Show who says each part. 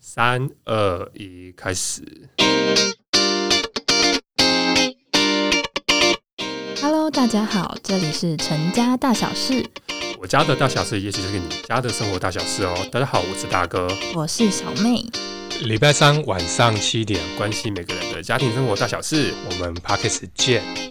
Speaker 1: 三二一，开始。
Speaker 2: Hello，大家好，这里是陈家大小事，
Speaker 1: 我家的大小事，也许就是你家的生活大小事哦。大家好，我是大哥。
Speaker 2: 我是小妹。
Speaker 3: 礼拜三晚上七点，
Speaker 1: 关心每个人的家庭生活大小事，
Speaker 3: 我们 Parkes 见。